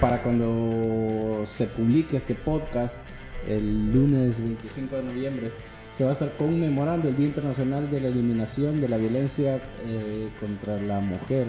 para cuando se publique este podcast, el lunes 25 de noviembre, se va a estar conmemorando el Día Internacional de la Eliminación de la Violencia eh, contra la Mujer.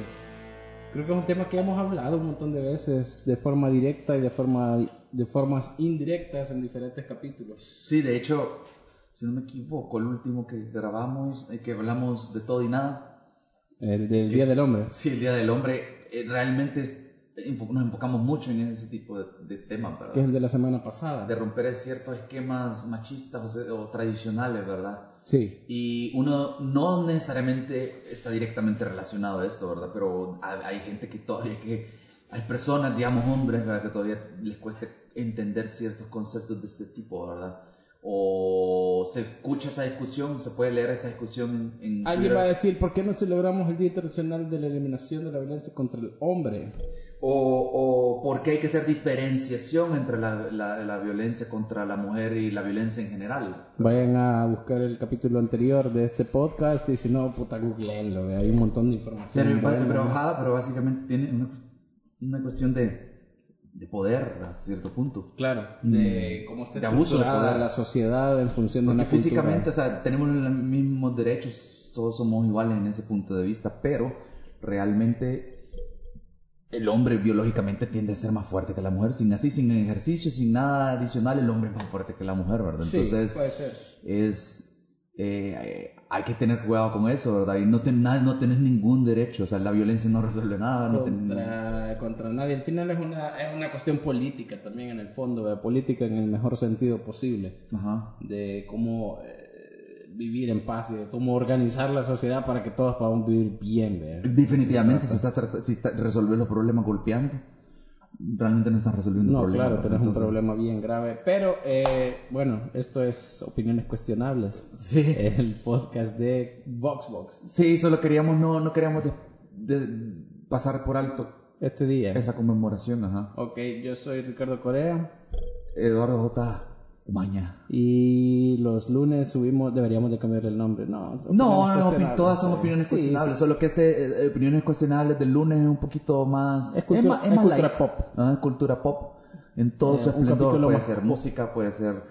Creo que es un tema que hemos hablado un montón de veces de forma directa y de, forma, de formas indirectas en diferentes capítulos. Sí, de hecho, si no me equivoco, el último que grabamos, eh, que hablamos de todo y nada. El del Día del Hombre. Sí, el Día del Hombre, eh, realmente es- enfo- nos enfocamos mucho en ese tipo de, de temas, ¿verdad? Que es el de la semana pasada. De romper ciertos esquemas machistas o sea, o tradicionales, ¿verdad? Sí. Y uno no necesariamente está directamente relacionado a esto, ¿verdad? Pero ha- hay gente que todavía, que hay personas, digamos hombres, ¿verdad? Que todavía les cuesta entender ciertos conceptos de este tipo, ¿verdad? O se escucha esa discusión, se puede leer esa discusión en... en Alguien va a Twitter. decir, ¿por qué no celebramos el Día Internacional de la Eliminación de la Violencia contra el Hombre? o, o por qué hay que hacer diferenciación entre la, la- la violencia contra la mujer y la violencia en general. Vayan a buscar el capítulo anterior de este podcast y si no, puta, googleenlo, ve, hay un montón de información. Pero, Vayan pero, a- pero, ajá, pero básicamente tiene una, una cuestión de, de poder a cierto punto. claro, Mm. de cómo está De abuso de estructurada poder. la sociedad en función de Porque una cultura. físicamente, o sea, tenemos los mismos derechos, todos somos iguales en ese punto de vista, pero realmente el hombre biológicamente tiende a ser más fuerte que la mujer. Sin así, sin ejercicio, sin nada adicional, el hombre es más fuerte que la mujer, ¿verdad? Sí, pues. Entonces, puede ser. es eh, hay que tener cuidado con eso, ¿verdad? Y no, ten- na- no tenés ningún derecho, o sea, la violencia no resuelve nada, no ten- Contra, contra nadie. Al final es una, es una cuestión política también en el fondo, de política en el mejor sentido posible. Ajá. de cómo eh, vivir en paz y de cómo organizar la sociedad para que todos podamos vivir bien. ¿ve? Definitivamente, si estás trata- si está- resolver los problemas golpeando, realmente no estás resolviendo No, problemas. claro, ¿verdad? tenés un Entonces- problema bien grave. Pero eh, bueno, esto es opiniones cuestionables. Sí. El podcast de Voxbox. Sí, solo queríamos, no, no queríamos de- de- pasar por alto Este día. esa conmemoración, ajá. Ok, yo soy Ricardo Corea Eduardo J. Maña. y los lunes subimos, deberíamos de cambiar el nombre, ¿no? No, opiniones no, opi- cuestionables, todas son eh. opiniones Sí, cuestionables, solo que este eh, opiniones cuestionables del lunes es un poquito más... Es cultura- ma- es más cultura light. pop. Ajá, cultura pop. En todo Eh, un su esplendor capítulo puede más ser pop. música, puede ser...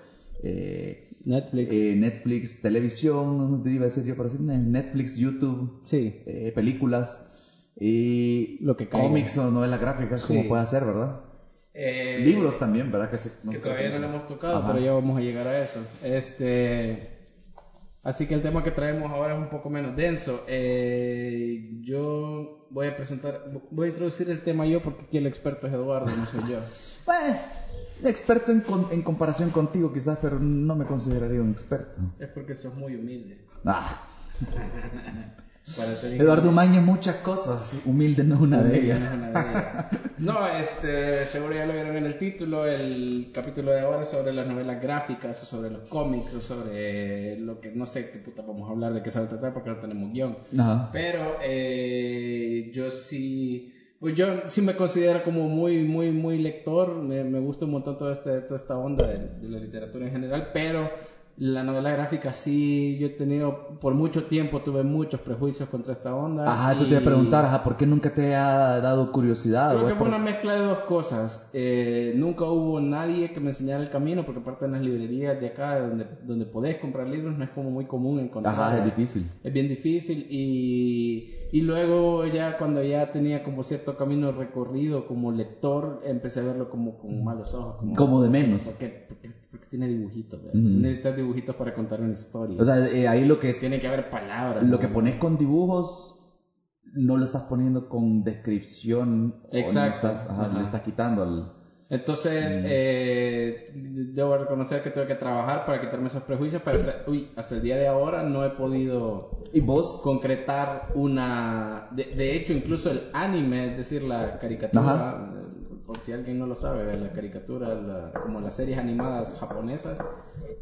eh, Netflix. eh, Netflix, televisión, iba a decir yo, pero sí, Netflix, YouTube, sí. eh, películas y Lo que caiga. cómics o novelas gráficas, Sí. como pueda ser, ¿verdad? Eh, Libros también, ¿verdad? Que, se- que todavía no lo hemos tocado, Ajá. pero ya vamos a llegar a eso. Este, así que el tema que traemos ahora es un poco menos denso. Eh, yo voy a presentar, voy a introducir el tema yo porque aquí el experto es Eduardo, no soy yo. Bueno, experto en, con- en comparación contigo quizás, pero no me consideraría un experto. Es porque sos muy humilde. Ah, Para ser Eduardo Maña muchas cosas, humilde no es una de Humilde, ellas. no es una de ellas. No, este, seguro ya lo vieron en el título, el capítulo de ahora es sobre las novelas gráficas, o sobre los cómics, o sobre lo que no sé qué puta vamos a hablar, de qué se va a tratar porque no tenemos guión. Ajá. Pero eh, yo sí, pues yo sí me considero como muy, muy, muy lector. Me, me gusta un montón toda, este, toda esta onda de, de la literatura en general, pero la novela gráfica sí, yo he tenido, por mucho tiempo tuve muchos prejuicios contra esta onda. Ajá, Ah, eso te iba a y preguntar, ajá, ¿por qué nunca te ha dado curiosidad? Creo o que es fue por- una mezcla de dos cosas. Eh, nunca hubo nadie que me enseñara el camino, porque aparte en las librerías de acá, donde, donde podés comprar libros, no es como muy común encontrar Ajá, es difícil. es bien difícil y, y luego ya cuando ya tenía como cierto camino recorrido como lector empecé a verlo como Mm. con malos ojos como, Como de menos. porque, porque, porque tiene dibujitos ¿verdad? Ujú. necesitas dibujitos para contar una historia Pues O sea, eh, ahí lo que es tiene que haber palabras lo ¿no? que pones con dibujos no lo estás poniendo con descripción o no Exacto. estás- ajá, Ajá. le estás quitando al entonces Mm. eh, debo reconocer que tengo que trabajar para quitarme esos prejuicios pero hasta, uy, hasta el día de ahora no he podido y vos concretar una. De, de hecho, incluso el anime, es decir, la caricatura, Ajá. eh, por si alguien no lo sabe, la caricatura, la- como las series animadas japonesas,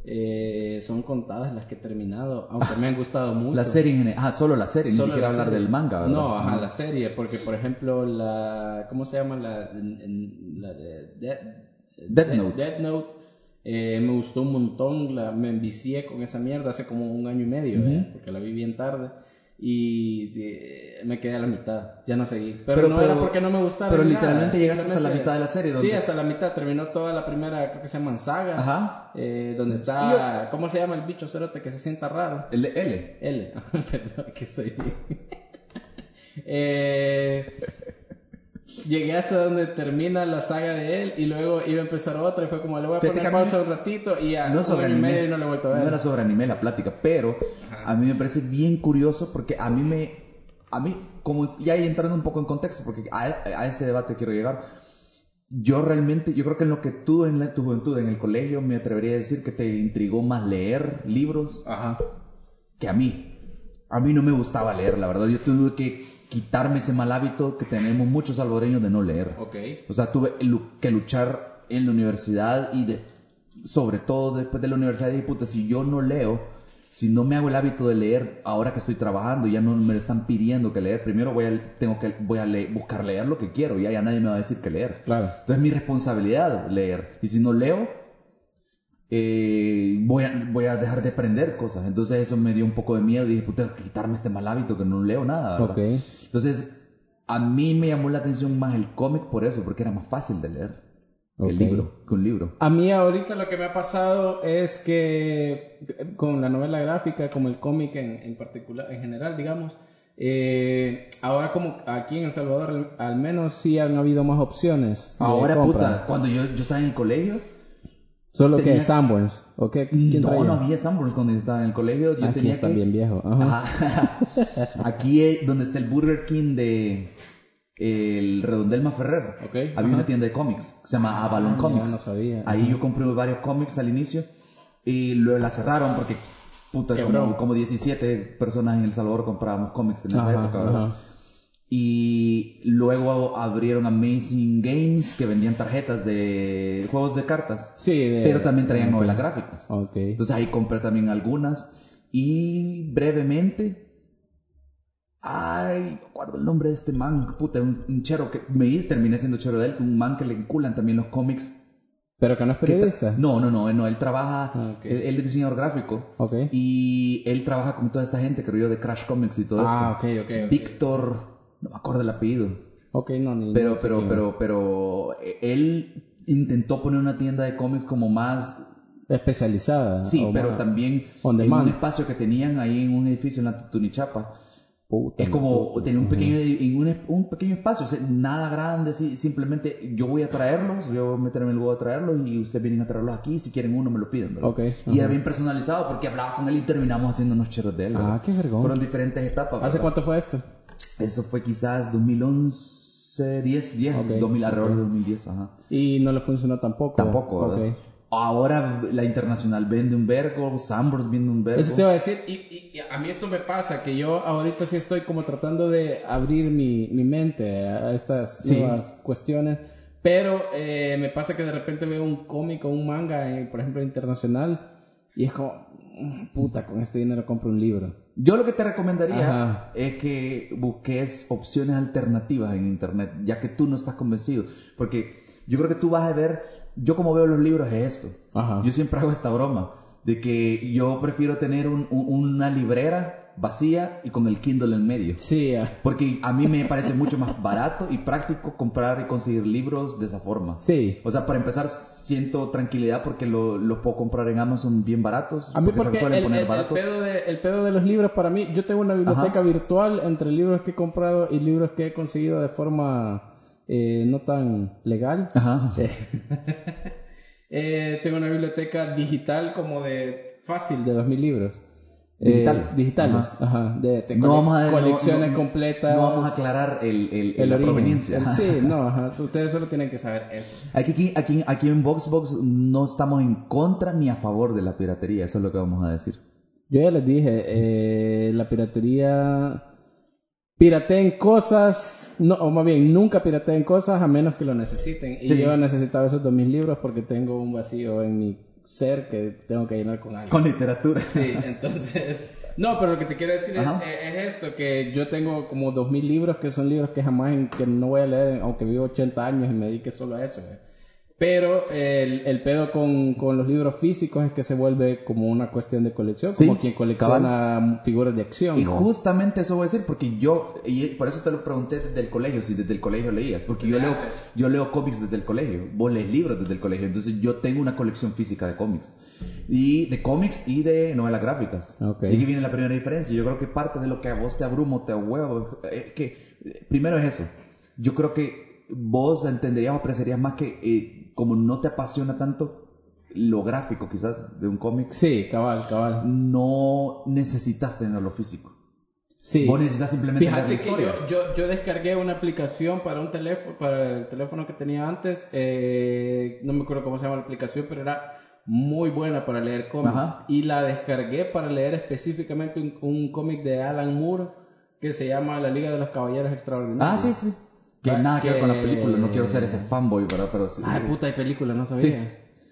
eh, son contadas las que he terminado, aunque me han gustado mucho. la serie en general- ah solo la serie Solo ni siquiera la hablar serie. del manga ¿verdad? No, ajá, la serie, porque por ejemplo, la. ¿Cómo se llama? La, en- en- la de Death, Death Note. Death Note, eh, me gustó un montón, la, me envicié con esa mierda hace como un año y medio, Ujú. eh, porque la vi bien tarde. y eh, me quedé a la mitad, ya no seguí. Pero, Pero- no pero- era porque no me gustaba. pero ni literalmente nada, llegaste hasta la simplemente- mitad de la serie, Sí, donde- hasta la mitad, terminó toda la primera, creo que se llaman sagas, Ajá. eh, donde está, ¿cómo se llama el bicho cerote que se sienta raro? El de L. L, perdón, que soy. Eh, llegué hasta donde termina la saga de él y luego iba a empezar otra y fue como le voy a Fíjate poner que a mí- pausa un ratito y ya No un sobre año y medio anime. y no le he vuelto a ver. No era sobre anime la plática, pero Ajá. a mí me parece bien curioso porque a mí me. A mí, como ya entrando un poco en contexto, porque a, a ese debate quiero llegar. Yo realmente, yo creo que en lo que tú en la- tu juventud, en el colegio, me atrevería a decir que te intrigó más leer libros Ajá. que a mí. A mí no me gustaba leer, la verdad. Yo tuve que quitarme ese mal hábito que tenemos muchos salvadoreños de no leer. Ok. O sea, tuve lu- que luchar en la universidad y de- sobre todo después de la universidad dije, puta, si yo no leo, si no me hago el hábito de leer ahora que estoy trabajando, ya no me lo están pidiendo que leer, primero voy a, tengo que, voy a le- buscar leer lo que quiero, ya, ya nadie me va a decir que leer. Claro. Entonces es mi responsabilidad leer. Y si no leo, eh, voy, a, voy a dejar de aprender cosas. Entonces eso me dio un poco de miedo. Dije, puta, quitarme este mal hábito que no leo nada. ¿verdad? Ok. Entonces a mí me llamó la atención más el cómic por eso, porque era más fácil de leer Ok. el libro que un libro. A mí ahorita lo que me ha pasado es que eh, con la novela gráfica, como el cómic en, en particular, en general, digamos, eh, ahora como aquí en El Salvador al menos sí han habido más opciones. de Ahora, compra. puta, cuando yo, yo estaba en el colegio, Solo que Tenía- Sanborns. ¿O qué? ¿Quién no, traía? no había Sanborns cuando yo estaba en el colegio. Yo Aquí tenía está que- bien viejo. Ajá. Ajá. Aquí eh, donde está el Burger King de el Redondel Maferrer. Ok, Había ajá. una tienda de cómics que se llama Avalon Ah, mira, Comics. no sabía. Ahí Ajá. yo compré varios cómics al inicio y luego la cerraron porque puta, Quebró. como, como 17 personas en El Salvador comprábamos cómics en esa Ajá, época, ¿verdad? ajá. Y luego abrieron Amazing Games que vendían tarjetas de juegos de cartas, Sí, de- pero también traían novelas gráficas. Ok. Entonces ahí compré también algunas. Y brevemente. Ay, no acuerdo el nombre de este man. Puta, un, un chero que me hice- terminé siendo chero de él. Un man que le enculan también los cómics. Pero que no es Que tra- periodista. No, no, no. él No, él trabaja. Ah, ok. él, él es diseñador gráfico. Ok. Y él trabaja con toda esta gente, creo yo, de Crash Comics y todo ah, esto. ok, ok. ok. Víctor. No me acuerdo el apellido. Ok, no, ni. Pero, no sé pero, quién. pero, pero. eh, Él intentó poner una tienda de cómics como más Especializada. Sí, Ah, o pero más. también On en demand. un espacio que tenían ahí en un edificio en la Tunichapa. Puta, Es como puta. tener un pequeño, edi- en un, es- un pequeño espacio, o sea, nada grande, sí, simplemente yo voy a traerlos, yo voy a meterme el huevo a traerlos y ustedes vienen a traerlos aquí, si quieren uno me lo piden, ¿verdad? Ok, Y ajá. era bien personalizado porque hablaba con él y terminamos haciendo unos cheros de él. Ah, ¿verdad? qué vergón. Fueron diferentes etapas. ¿Hace ¿verdad? cuánto fue esto? Eso fue quizás 2011, 10, 10, Ok, 2000, alrededor ok. de 2010, ajá. Y no le funcionó tampoco. Tampoco, ¿verdad? Ok. Ahora la Internacional vende un vergo, Sambros vende un vergo. Eso te iba a decir, y, y- y a mí esto me pasa, que yo ahorita sí estoy como tratando de abrir mi, mi mente a estas Sí. nuevas cuestiones, pero eh, me pasa que de repente veo un cómic o un manga, eh, por ejemplo, internacional, y es como, "Mm, puta, con este dinero compro un libro. Yo lo que te recomendaría Ajá. es que busques opciones alternativas en internet, ya que tú no estás convencido. Porque yo creo que tú vas a ver, yo como veo los libros es esto. Ajá. Yo siempre hago esta broma, de que yo prefiero tener un- un- una librera vacía y con el Kindle en medio. Sí, ah, Porque a mí me parece mucho más barato y práctico comprar y conseguir libros de esa forma. sí. O sea, para empezar, siento tranquilidad porque lo- los puedo comprar en Amazon bien baratos. A mí se porque, suelen el, poner el- el baratos. pedo de, el pedo de los libros para mí, yo tengo una biblioteca Ajá. virtual entre libros que he comprado y libros que he conseguido de forma eh, no tan legal. Ajá. Eh, tengo una biblioteca digital como de fácil de 2000 libros. Digital. Eh, digitales. Ajá. De, de No cole- vamos a- colecciones no- no- completas. No vamos a aclarar el, el- el la origen. proveniencia. El- sí, no, ajá. Ustedes solo tienen que saber eso. Aquí, aquí, aquí, aquí en Voxbox no estamos en contra ni a favor de la piratería, eso es lo que vamos a decir. Yo ya les dije, eh, la piratería. Pirateen cosas, no, o más bien, nunca pirateen cosas a menos que lo necesiten. Sí. Y yo he necesitado esos 2000 libros porque tengo un vacío en mi ser que tengo que llenar con algo. Con literatura. Sí, entonces... No, pero lo que te quiero decir es, Ajá. eh, es esto, que yo tengo como 2.000 libros que son libros que jamás, en- que no voy a leer, aunque vivo 80 años y me dedique solo a eso. eh. Pero el, el pedo con, con los libros físicos es que se vuelve como una cuestión de colección, Sí, como quien colecciona figuras de acción. Y ¿no? justamente eso voy a decir, porque yo, y por eso te lo pregunté desde el colegio, si desde el colegio leías, porque yo Desde leo, antes. yo leo cómics desde el colegio, vos lees libros desde el colegio, entonces yo tengo una colección física de cómics, y de cómics y de novelas gráficas. Ok. Y aquí viene la primera diferencia, yo creo que parte de lo que a vos te abrumo, te huevo, es que eh, primero es eso, yo creo que vos entenderías o apreciarías más que eh, como no te apasiona tanto lo gráfico quizás de un cómic, Sí, cabal, cabal. no necesitas tenerlo físico. Sí. Vos necesitas simplemente leer Fíjate la que historia. yo, yo, yo descargué una aplicación para un teléfono, para el teléfono que tenía antes, eh, no me acuerdo cómo se llama la aplicación, pero era muy buena para leer cómics. Ajá. Y la descargué para leer específicamente un, un cómic de Alan Moore que se llama La Liga de los Caballeros Extraordinarios. Ah, sí, sí. Que Ah, nada que ver con la que- película, no quiero ser ese fanboy, ¿verdad? Pero sí. Ay, puta, hay película, no sabía. Sí.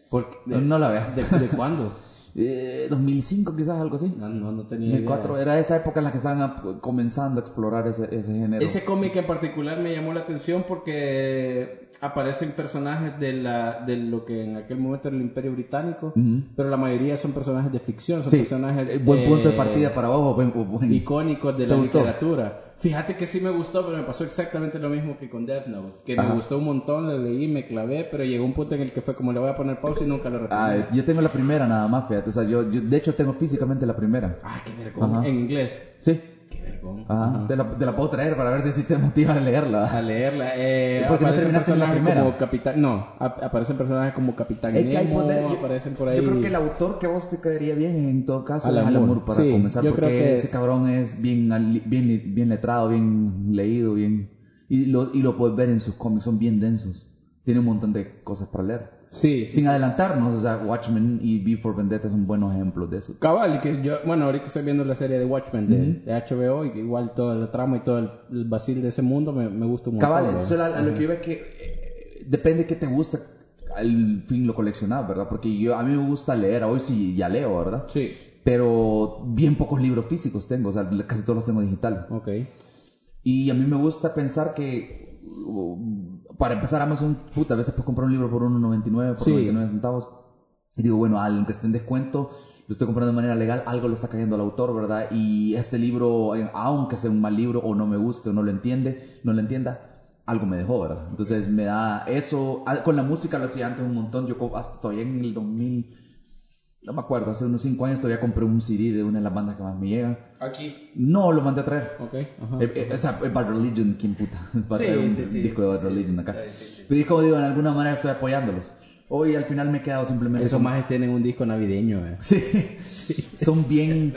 Porque, no la veas. ¿De, de cuándo? Eh, 2005 quizás, algo así. No, no, no tenía idea. 2004, era esa época en la que estaban ah, comenzando a explorar ese, ese género. Ese cómic en particular me llamó la atención porque aparecen personajes de, la, de lo que en aquel momento era el Imperio Británico, Ujú. pero la mayoría son personajes de ficción, son Sí, personajes eh, buen punto de eh, partida para vos. buen- buen- icónicos de ¿Te la gustó? literatura. Fíjate que sí me gustó, pero me pasó exactamente lo mismo que con Death Note, que Ajá. me gustó un montón, lo leí, me clavé, pero llegó un punto en el que fue como le voy a poner pausa y nunca lo retomé. Ah, yo tengo la primera nada más, fíjate. O sea, yo, yo- de hecho tengo físicamente la primera. Ah, qué vergón. Ajá. En inglés. Sí. Qué vergón. Ajá. Ajá. Te, la, te la puedo traer para ver si, si te motiva a leerla. a leerla. Eh, ¿Por qué no aparecen terminaste en la personajes primera? como Capitán. No, ap- aparecen personajes como Capitán Es que hay Nemo, poder- yo- aparecen por ahí. Yo creo que el autor que a vos te caería bien en todo caso Alan es Alan Moore. Moore para Sí, comenzar, yo porque creo que- ese cabrón es bien, al- bien, li- bien letrado, bien leído, bien y lo, y lo puedes ver en sus cómics, son bien densos. Tiene un montón de cosas para leer. Sí, sí. Sin adelantarnos, o sea, Watchmen y B for Vendetta son buenos ejemplos de eso. Cabal, que yo, bueno, ahorita estoy viendo la serie de Watchmen de, de HBO y que igual toda la trama y todo el, el vacil de ese mundo me, me gusta mucho. Cabal, solo a, a lo que yo veo es que eh, depende que te gusta al fin lo coleccionás, ¿verdad? Porque yo a mí me gusta leer, hoy sí ya leo, ¿verdad? Sí, Pero bien pocos libros físicos tengo, o sea, casi todos los tengo digital. ok. Y a mí me gusta pensar que uh, para empezar Amazon, puta, a veces puedes comprar un libro por 1.99, por Sí. 99 centavos. Y digo, bueno, al- aunque esté en descuento, lo estoy comprando de manera legal, algo le está cayendo al autor, ¿verdad? Y este libro, eh, aunque sea un mal libro o no me guste o no lo entiende, no lo entienda, algo me dejó, ¿verdad? Entonces me da eso, Ah, con la música lo hacía antes un montón, yo co- hasta todavía en el 2000, no me acuerdo, hace unos 5 años todavía compré un CD de una de las bandas que más me llegan. Aquí. No lo mandé a traer. Ok, ajá. Eh, eh, o sea, eh, Bad Religion, ¿quién puta? Va a traer un sí, sí, disco de Bad sí, Religion sí, acá. está difícil. Pero es como digo, en alguna manera estoy apoyándolos. Hoy al final me he quedado simplemente. Esos con- majes tienen un disco navideño, eh. Sí, Son bien.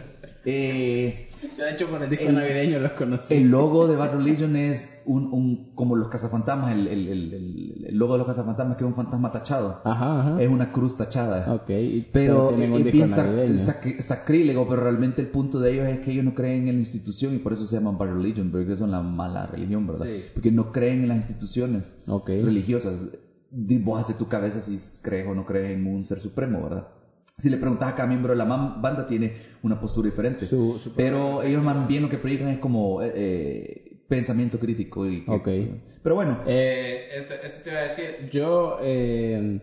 eh, De hecho, con el disco El- navideño los conocí. el logo de Bad Religion es un, un- como los cazafantasmas, el, el- el- el- el logo de los cazafantasmas que es un fantasma tachado. Ajá, ajá. Es una cruz tachada. Ok, y- Pero eh, tienen es un disco bien sac- navideño. sac- sacrílego, pero realmente el punto de ellos es que ellos no creen en la institución y por eso se llaman Bad Religion, porque son la mala religión, ¿verdad? Sí. Porque no creen en las instituciones Ok. religiosas. Di- Vos haces tu cabeza si crees o no crees en un ser supremo, ¿verdad? Si le preguntas a cada miembro de la mam- banda, tiene una postura diferente. Su- su- pero ellos más bien lo que predican es como eh, eh, pensamiento crítico. Y que- Ok. Pero bueno, Eh, eso, eso te iba a decir. Yo, eh,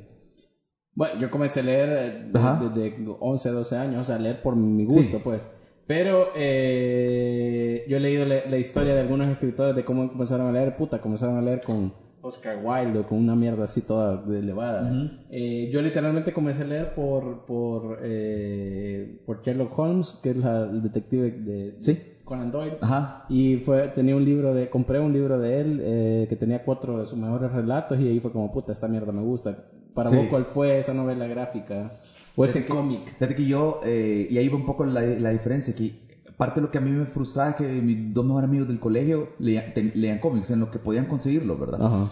bueno, yo comencé a leer eh, Ajá. desde 11, 12 años, o sea, leer por mi gusto, Sí. pues. Pero eh, yo he leído la, la historia de algunos escritores de cómo comenzaron a leer, puta, comenzaron a leer con Oscar Wilde o con una mierda así toda elevada. Ujú. Eh, yo literalmente comencé a leer por por, eh, por Sherlock Holmes, que es la- el detective de Sí. Conan Doyle. ajá. Y fue, tenía un libro de, compré un libro de él eh, que tenía cuatro de sus mejores relatos y ahí fue como, puta, esta mierda me gusta. Para Sí. vos, ¿cuál fue esa novela gráfica? O ese cómic. Fíjate que yo, eh, y ahí va un poco la, la diferencia, que parte de lo que a mí me frustraba es que mis dos mejores amigos del colegio leían, te- leían cómics, en lo que podían conseguirlo, ¿verdad? Ajá.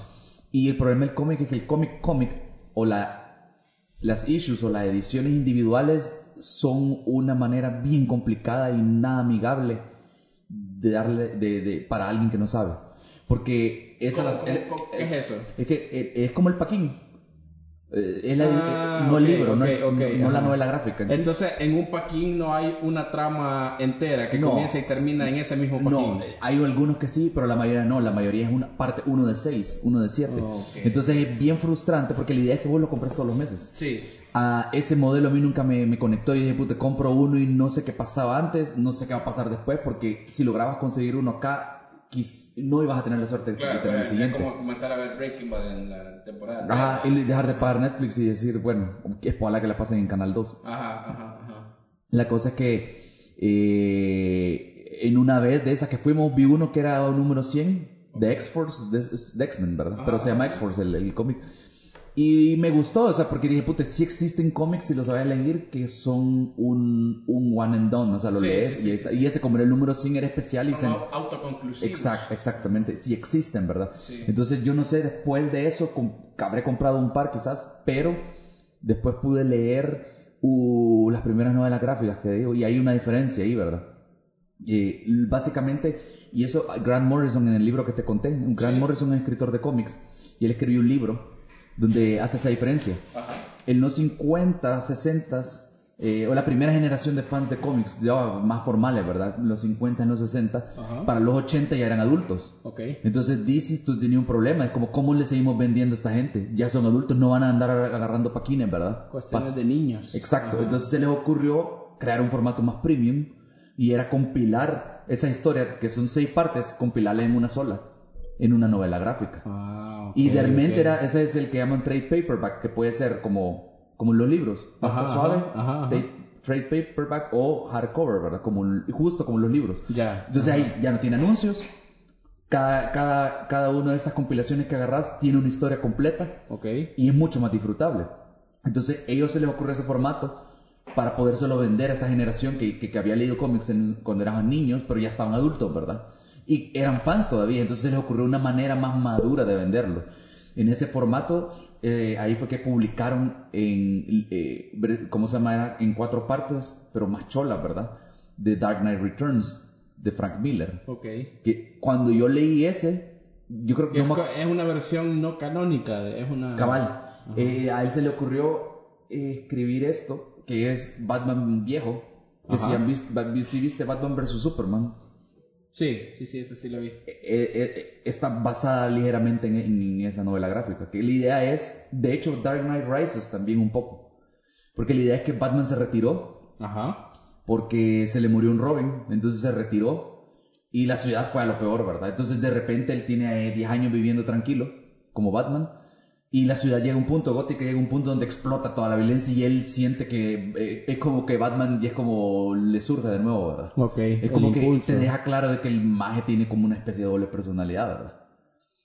Y el problema del cómic es que el cómic cómic o la, las issues o las ediciones individuales son una manera bien complicada y nada amigable de darle de, de- para alguien que no sabe. Porque esa ¿Cómo- las- cómo- cómo- qué es eso? es que eh, es como el paquín. Eh, es la- Ah, no el ok, libro, no- ok, ok, no, la ajá. novela gráfica. en sí. Entonces, en un paquín no hay una trama entera que No. comienza y termina en ese mismo paquín. No, eh, hay algunos que sí, pero la mayoría no. La mayoría es una parte uno de seis, uno de siete. Oh, Ok. Entonces es bien frustrante porque la idea es que vos lo compras todos los meses. Sí. A ese modelo a mí nunca me, me conectó y dije, puta, compro uno y no sé qué pasaba antes, no sé qué va a pasar después, porque si lograbas conseguir uno acá, quiz- no ibas a tener la suerte de- de Claro, tener el es siguiente. como comenzar a ver Breaking Bad en la temporada. Ajá, y dejar de pagar Netflix y decir, bueno, es probable que la pasen en Canal 2. Ajá, ajá, ajá. La cosa es que eh, en una vez de esas que fuimos, vi uno que era un número 100 de X-Force, de, de X-Men, ¿verdad? Ajá. Pero se llama X-Force el, el cómic. Y me gustó, o sea, porque dije, puta, sí existen cómics, si los sabes leer, que son un, un one and done, o sea, lo Sí, lees sí, sí, y, sí, está- sí. y ese como era el número 100 era especial y se... Son autoconclusivos. Exact- exactamente, sí existen, ¿verdad? Sí. Entonces yo no sé, después de eso com- habré comprado un par quizás, pero después pude leer uh, las primeras novelas gráficas que digo, y hay una diferencia ahí, ¿verdad? Eh, l- básicamente, y eso Grant Morrison en el libro que te conté, Grant Sí. Morrison es escritor de cómics, y él escribió un libro donde hace esa diferencia Ajá. en los 50, 60 eh, o la primera generación de fans de cómics, ya más formales, ¿verdad? Los 50 en los 60, Ajá. para los 80 ya eran adultos. Ok. Entonces DC tú tenía un problema, es como cómo le seguimos vendiendo a esta gente, ya son adultos, no van a andar agarrando paquines, ¿verdad? Cuestiones Pa- de niños. Exacto, Ajá. entonces se les ocurrió crear un formato más premium y era compilar esa historia, que son seis partes, compilarla en una sola, en una novela gráfica. Ah, ok, Y realmente ok. era, ese es el que llaman trade paperback, que puede ser como, como los libros, pasta Ajá, suave, ajá, ajá, ajá. Trade, trade paperback o hardcover, ¿verdad? Como, el- justo como los libros. Ya. Entonces ahí ya no tiene anuncios. Cada, cada, cada una de estas compilaciones que agarras tiene una historia completa Ok. y es mucho más disfrutable. Entonces, ellos se les ocurre ese formato para podérselo vender a esta generación que, que, que había leído cómics en- cuando eran niños, pero ya estaban adultos, ¿verdad? Y eran fans todavía, entonces se les ocurrió una manera más madura de venderlo. En ese formato, eh, ahí fue que publicaron en, eh, bre- ¿cómo se llama? Era En cuatro partes, pero más cholas, ¿verdad? The Dark Knight Returns, de Frank Miller. Ok. Que cuando yo leí ese, yo creo que... Es, no me- co- es una versión no canónica, de- es una... Cabal. Eh, a él se le ocurrió eh, escribir esto, que es Batman viejo. Que Ajá. si, han vis- ba- si viste Batman vs. Superman, Sí, sí, sí, esa sí la vi. eh, eh, eh, está basada ligeramente en, en esa novela gráfica. Que la idea es, de hecho, Dark Knight Rises también un poco. Porque la idea es que Batman se retiró Ajá. porque se le murió un Robin, entonces se retiró y la ciudad fue a lo peor, ¿verdad? Entonces de repente él tiene eh, 10 años viviendo tranquilo como Batman y la ciudad llega a un punto, Gótica llega a un punto donde explota toda la violencia y él siente que eh, es como que Batman ya es como le surge de nuevo, ¿verdad? Ok. Es como que te deja claro de que el maje tiene como una especie de doble personalidad, ¿verdad?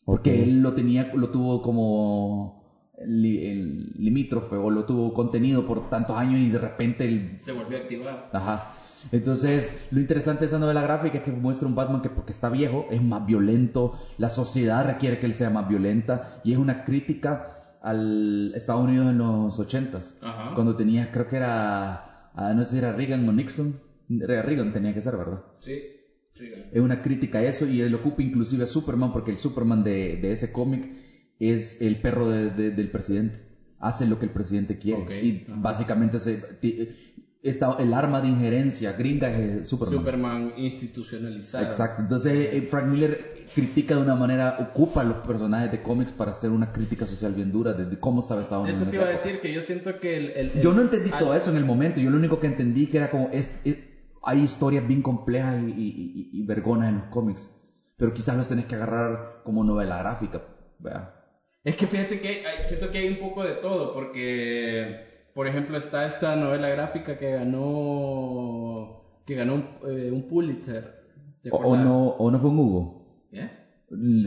Porque Ok. él lo tenía, lo tuvo como li- el limítrofe o lo tuvo contenido por tantos años y de repente el Se volvió a activar. Ajá. Entonces, lo interesante de esa novela gráfica es que muestra un Batman que porque está viejo es más violento, la sociedad requiere que él sea más violenta y es una crítica al Estados Unidos en los 80s, Ajá. cuando tenía, creo que era, ah, no sé si era Reagan o Nixon, era Reagan tenía que ser, ¿verdad? Sí. Sí. Es una crítica a eso y él ocupa inclusive a Superman porque el Superman de, de ese cómic es el perro de- de- del presidente. Hace lo que el presidente quiere. Ok, Y ajá. básicamente se, ti- está el arma de injerencia gringa es el Superman. Superman institucionalizado. Exacto. Entonces eh, Frank Miller critica de una manera, ocupa a los personajes de cómics para hacer una crítica social bien dura de, de cómo estaba Estados Unidos. Eso en te esa iba a época. decir que yo siento que el. el- el- Yo no entendí Eh, al- todo eso en el momento. Yo lo único que entendí que era como es, es- hay historias bien complejas y, y- y- y vergonas en los cómics, pero quizás los tenés que agarrar como novela gráfica. vea. Es que fíjate que hay- siento que hay un poco de todo, porque, por ejemplo, está esta novela gráfica que ganó que ganó un, eh, un Pulitzer. ¿Te O, o acuerdas? no, o no fue un Hugo. ¿Eh?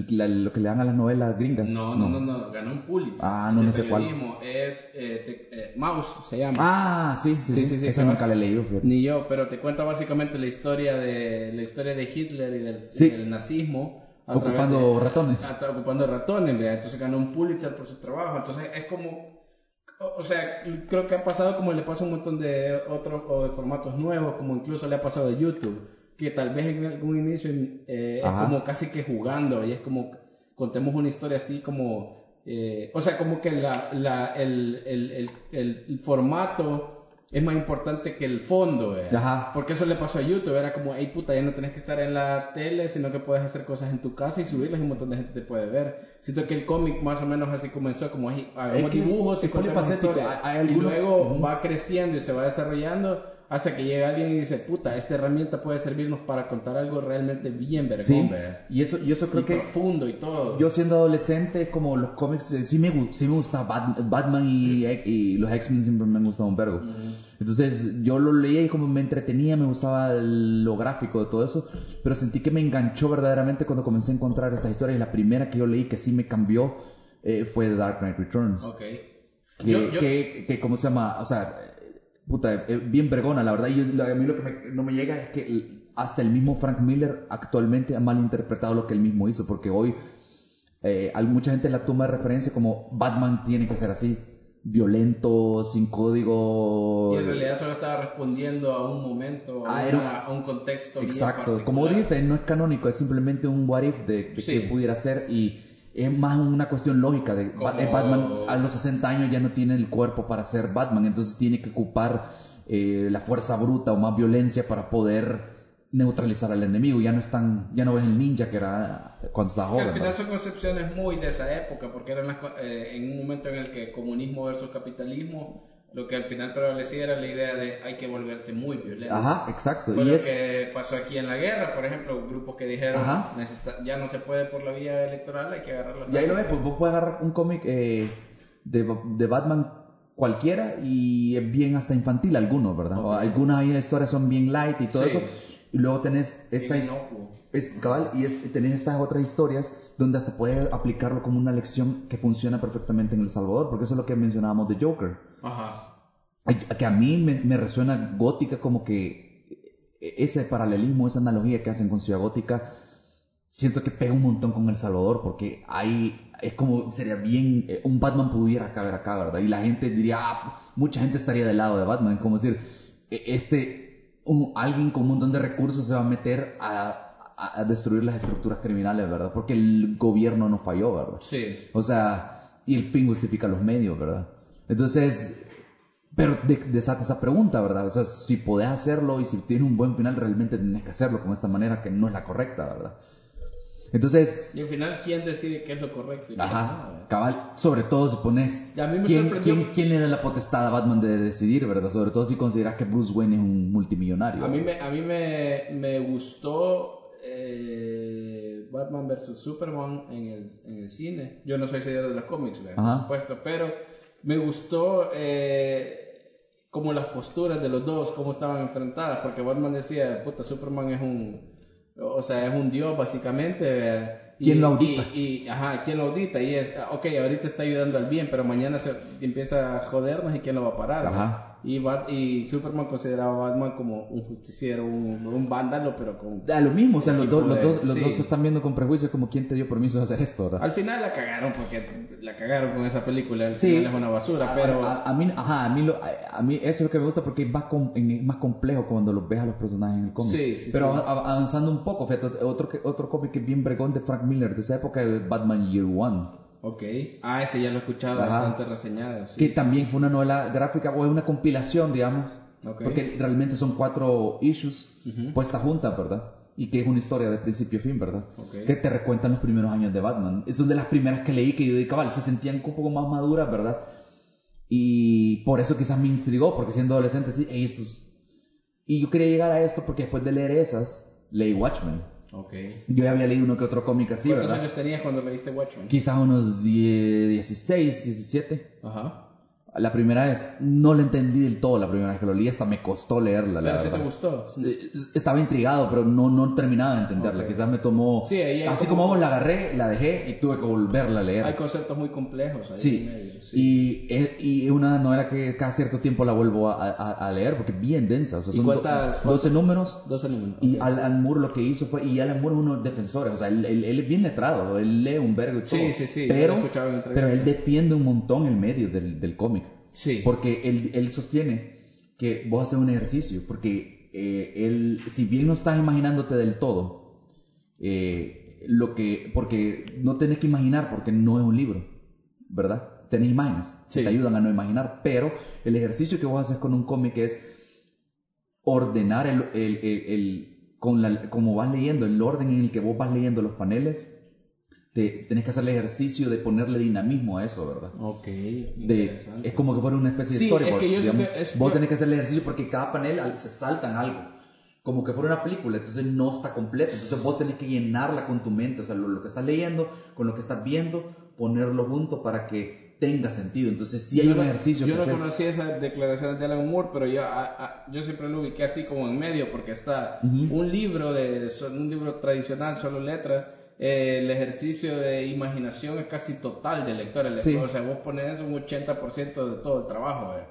La- lo que le dan a las novelas gringas. No, no, no, no, ganó un Pulitzer. Ah, no, de no sé cuál. periodismo. Es eh, te- eh, Mouse, se llama. Ah, sí, sí, Sí, sí. sí, sí, Esa que nunca vas- la he leído. fíjate. Ni yo, pero te cuenta básicamente la historia de la historia de Hitler y del, Sí. y del nazismo. a Ocupando través de- ratones. Ah, está ocupando ratones, ¿verdad? entonces ganó un Pulitzer por su trabajo, entonces es como, o, o sea, creo que ha pasado como le pasa a un montón de otros o de formatos nuevos, como incluso le ha pasado a YouTube, que tal vez en algún inicio eh, es Ajá. como casi que jugando y es como contemos una historia así como eh, o sea, como que la, la- el, el- el- el- el formato es más importante que el fondo, ¿verdad? Ajá. Porque eso le pasó a YouTube, era como, hey puta, ya no tenés que estar en la tele, sino que puedes hacer cosas en tu casa y subirlas y un montón de gente te puede ver. Siento que el cómic más o menos así comenzó, como "Ay, hagamos que es- dibujos y es contamos polifacético. historias". Hay- hay Y algunos- luego ah, Ujú. va creciendo y se va desarrollando hasta que llega alguien y dice, puta, esta herramienta puede servirnos para contar algo realmente bien vergón, Sí, ¿verdad? y eso, y eso creo Y que profundo y todo. yo siendo adolescente, como los cómics, eh, sí me, gu- sí me gustaba Bat- Batman y, y los X-Men siempre me han gustado un vergo. Entonces yo lo leía y como me entretenía, me gustaba el- lo gráfico de todo eso, pero sentí que me enganchó verdaderamente cuando comencé a encontrar estas historias y la primera que yo leí que sí me cambió eh, fue The Dark Knight Returns. Ok. Que, Yo- yo- que, que, ¿cómo se llama? O sea, eh, puta, eh, bien vergona, la verdad. Y yo- lo- a mí lo que me- no me llega es que el- hasta el mismo Frank Miller actualmente ha malinterpretado lo que él mismo hizo, porque hoy eh, hay mucha gente la toma de referencia como Batman tiene que ser así, violento, sin código. Y en realidad solo estaba respondiendo a un momento, a, Ah, una- era- a un contexto. bien Exacto, particular. como dice, no es canónico, es simplemente un what if de, de Sí. que pudiera ser y es más una cuestión lógica de Ba- Como- Batman a los 60 años ya no tiene el cuerpo para ser Batman, entonces tiene que ocupar eh, la fuerza bruta o más violencia para poder neutralizar al enemigo, ya no es tan, ya no es el ninja que era cuando estaba Que joven. al final ¿verdad? son concepciones muy de esa época, porque eran las cua- eh, en un momento en el que comunismo versus capitalismo, lo que al final prevalecía era la idea de hay que volverse muy violento. Ajá, exacto. Fue y lo es, que pasó aquí en la guerra, por ejemplo, grupos que dijeron Ajá. "Necesita- ya no se puede por la vía electoral, hay que agarrar las Y ahí lo ves, armas". pues vos puedes agarrar un cómic eh, de, de Batman cualquiera y es bien hasta infantil algunos, ¿verdad? O Ok. Algunas ahí historias son bien light y todo Sí. eso. Y luego tenés esta, Bien his- inocuo. es- cabal, y es- y tenés estas otras historias donde hasta puedes aplicarlo como una lección que funciona perfectamente en El Salvador, porque eso es lo que mencionábamos de Joker. Ajá. Ay, Que a mí me, me resuena gótica como que ese paralelismo, esa analogía que hacen con Ciudad Gótica, siento que pega un montón con El Salvador, porque ahí es como sería bien, eh, un Batman pudiera caber acá, ¿verdad? Y la gente diría, ah, mucha gente estaría del lado de Batman, como decir, e- este, un- alguien con un montón de recursos se va a meter a, a- a destruir las estructuras criminales, ¿verdad? Porque el gobierno no falló, ¿verdad? Sí. O sea, y el fin justifica los medios, ¿verdad? Entonces, pero de- desata esa pregunta, ¿verdad? O sea, si podés hacerlo y si tiene un buen final, realmente tenés que hacerlo con esta manera que no es la correcta, ¿verdad? Entonces, Y al final, ¿quién decide qué es lo correcto? Y qué no, ajá, ¿verdad? cabal, sobre todo si pones... Y a mí me ¿quién, sorprendió- quién- quién le da la potestad a Batman de decidir, verdad? Sobre todo si consideras que Bruce Wayne es un multimillonario. A mí me, a mí me, me gustó eh, Batman vs. Superman en el, en el cine. Yo no soy seguidor de los cómics, ¿verdad? por Ajá. supuesto, pero me gustó eh, como las posturas de los dos, cómo estaban enfrentadas, porque Batman decía, puta, Superman es un, o sea, es un dios básicamente. ¿verdad? Y- ¿Quién lo audita? Y, y- ajá, ¿quién lo audita? Y es, ah, ok, ahorita está ayudando al bien, pero mañana se empieza a jodernos y ¿quién lo va a parar? Ajá. ¿verdad? Y, Bat- y Superman consideraba a Batman como un justiciero, un, un vándalo, pero con... Da lo mismo, o sea, los, dos- los Poder, dos, los sí. dos se están viendo con prejuicios como quién te dio permiso de hacer esto, ¿verdad? Al final la cagaron porque la cagaron con esa película, al Sí. final es una basura, Ah, pero... a, a mí, ajá, a mí, lo- a, a mí eso es lo que me gusta porque es más, com- en- es más complejo cuando los ves a los personajes en el cómic. Sí, sí, Pero sí. av- av- avanzando un poco, fíjate, otro, que- otro cómic que es bien bregón de Frank Miller, de esa época de Batman Year One, Ok. Ah, ese ya lo he escuchado Ajá. bastante reseñado. sí, que sí, también fue una novela gráfica o es una compilación, digamos, Ok. porque realmente son cuatro issues Ujú. puestas juntas, ¿verdad? Y que es una historia de principio a fin, ¿verdad? Ok. Que te recuentan los primeros años de Batman. Es una de las primeras que leí que yo dije, cabal, se sentían un poco más maduras, ¿verdad? Y por eso quizás me intrigó, porque siendo adolescente, sí, "Ey, esto es-". Y yo quería llegar a esto porque después de leer esas, leí Watchmen. Ok. Yo ya había leído uno que otro cómic así, ¿Cuántos ¿verdad? años tenías cuando leíste Watchmen? Quizás unos 10, 16, 17. Ajá. La primera vez, no la entendí del todo la primera vez que lo leí, hasta me costó leerla, la Pero sí te verdad. gustó. Eh, Estaba intrigado, pero no, no terminaba de entenderla. Ok. Quizás me tomó... Sí, ahí hay así como- como, vos la agarré, la dejé y tuve que volverla a leer. Hay conceptos muy complejos ahí Sí. en medio, sí. Y es y es una novela que cada cierto tiempo la vuelvo a, a- a leer porque es bien densa. O sea, ¿Y son do- cuántas- 12 números. 12 números. Y ok. Alan Moore lo que hizo fue. Y Alan Moore es uno de los defensores. O sea, él, él- él es bien letrado. Él lee un vergo y Sí, todo. sí, sí, yo lo he Pero, escuchado en pero entrevistas. él defiende un montón el medio del, del cómic. Sí. Porque él, él sostiene que vos haces un ejercicio. Porque eh, él, si bien no estás imaginándote del todo, eh, lo que. Porque no tenés que imaginar porque no es un libro. ¿verdad? Tenés imágenes que Sí. te ayudan a no imaginar, pero el ejercicio que vos haces con un cómic es ordenar el, el- el- el- con la- como vas leyendo, el orden en el que vos vas leyendo los paneles, te, tenés que hacer el ejercicio de ponerle dinamismo a eso, ¿verdad? Ok. De, interesante. es como que fuera una especie de Sí, es storyboard. que yo digamos. siento- es- Vos yo- tenés que hacer el ejercicio porque cada panel al- se saltan algo. Como que fuera una película, entonces no está completa. Entonces vos tenés que llenarla con tu mente, o sea, lo, lo que estás leyendo, con lo que estás viendo, ponerlo junto para que tenga sentido. Entonces sí hay Yo un no- ejercicio Yo que no haces. conocí esas declaraciones de Alan Moore, pero yo, a- a- yo siempre lo ubiqué así como en medio, porque está Ujú. un libro de so- un libro tradicional, solo letras. eh, el ejercicio de imaginación es casi total del lector. El Sí. lector, O sea, vos pones un 80% de todo el trabajo. eh.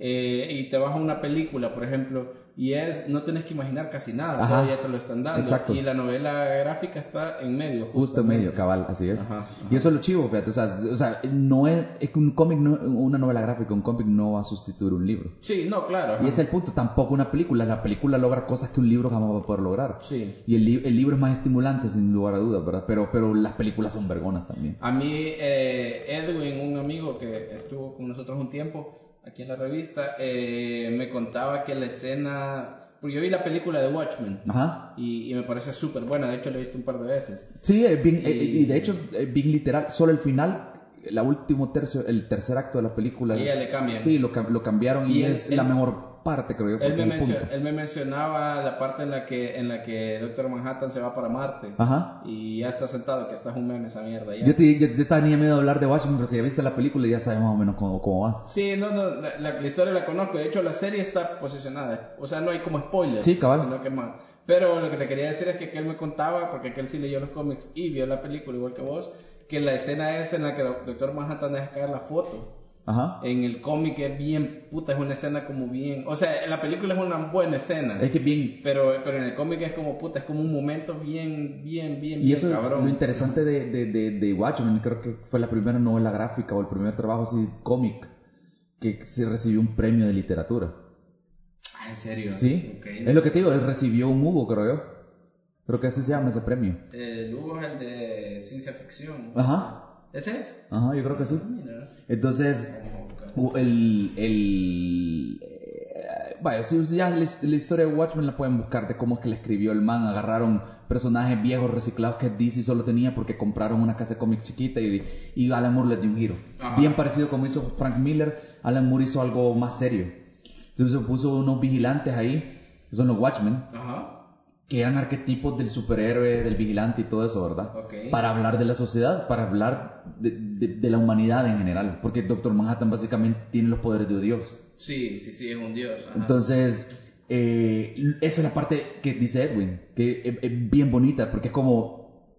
Eh, y te vas a una película, por ejemplo, y es no tienes que imaginar casi nada, Ajá. todo ya te lo están dando. Exacto. Y la novela gráfica está en medio, Justo en justamente. medio, cabal, así es. Ajá, Y eso es lo chivo, fíjate. O sea, o sea, no es, es que un cómic, no- una novela gráfica, un cómic no va a sustituir un libro. Sí, no, claro. ajá. Y ese es el punto, tampoco una película. La película logra cosas que un libro jamás va a poder lograr. Sí. Y el, li- el libro es más estimulante, sin lugar a dudas, ¿verdad? Pero, pero las películas son vergonas también. A mí, eh, Edwin, un amigo que estuvo con nosotros un tiempo aquí en la revista, eh, me contaba que la escena. Porque yo vi la película de Watchmen Ajá. y, y me parece súper buena, de hecho la he visto un par de veces. Sí, es bien- Y- eh, y de hecho, es bien literal. Solo el final, el último tercio, el tercer acto de la película. Y ya es- le cambian. Sí, lo, cam- lo cambiaron y, Y él- es él- la mejor parte, creo yo. Él porque me, es el mencio- punto. él me mencionaba la parte en la que en la que Doctor Manhattan se va para Marte Ajá. y ya está sentado, que está un meme esa mierda. Ya. Ah. Yo, te, yo, yo tenía miedo de hablar de Watchmen, pero si ya viste la película ya sabes más o menos cómo, cómo va. Sí, no, no, la, la- la historia la conozco. De hecho, la serie está posicionada. O sea, no hay como spoilers. Sí, cabal. sino que más. Pero lo que te quería decir es que aquel me contaba, porque aquel sí leyó los cómics y vio la película igual que vos, que la escena esta en la que Doc- Doctor Manhattan deja caer la foto. Ajá. En el cómic es bien, puta, es una escena como bien... O sea, en la película es una buena escena. Es que bien, Pero, pero en el cómic es como, puta, es como un momento bien, bien, bien, Y bien eso cabrón. lo interesante de, de, de, de Watchmen, creo que fue la primera novela gráfica o el primer trabajo así cómic que se recibió un premio de literatura. Ah, en serio. ¿Sí? Ok. Es lo que te digo, él recibió un Hugo, creo yo. Creo que así se llama ese premio. Eh, Luego es el de ciencia ficción. Ajá. ¿Ese es? Ajá, yo creo que sí. Mira. Entonces, u- el... el eh, Vaya, si ustedes ya la, his- la historia de Watchmen la pueden buscar de cómo es que la escribió el man. Agarraron personajes viejos reciclados que DC solo tenía porque compraron una casa de cómics chiquita y, y Alan Moore les dio un giro. Ajá. Bien parecido como hizo Frank Miller, Alan Moore hizo algo más serio. Entonces puso unos vigilantes ahí, que son los Watchmen, Ajá. que eran arquetipos del superhéroe, del vigilante y todo eso, ¿verdad? Ok. Para hablar de la sociedad, para hablar de, de- de la humanidad en general, porque Doctor Manhattan básicamente tiene los poderes de Dios. Sí, sí, sí, es un dios. ajá. Entonces, eh, esa es la parte que dice Edwin, que es, es bien bonita, porque es como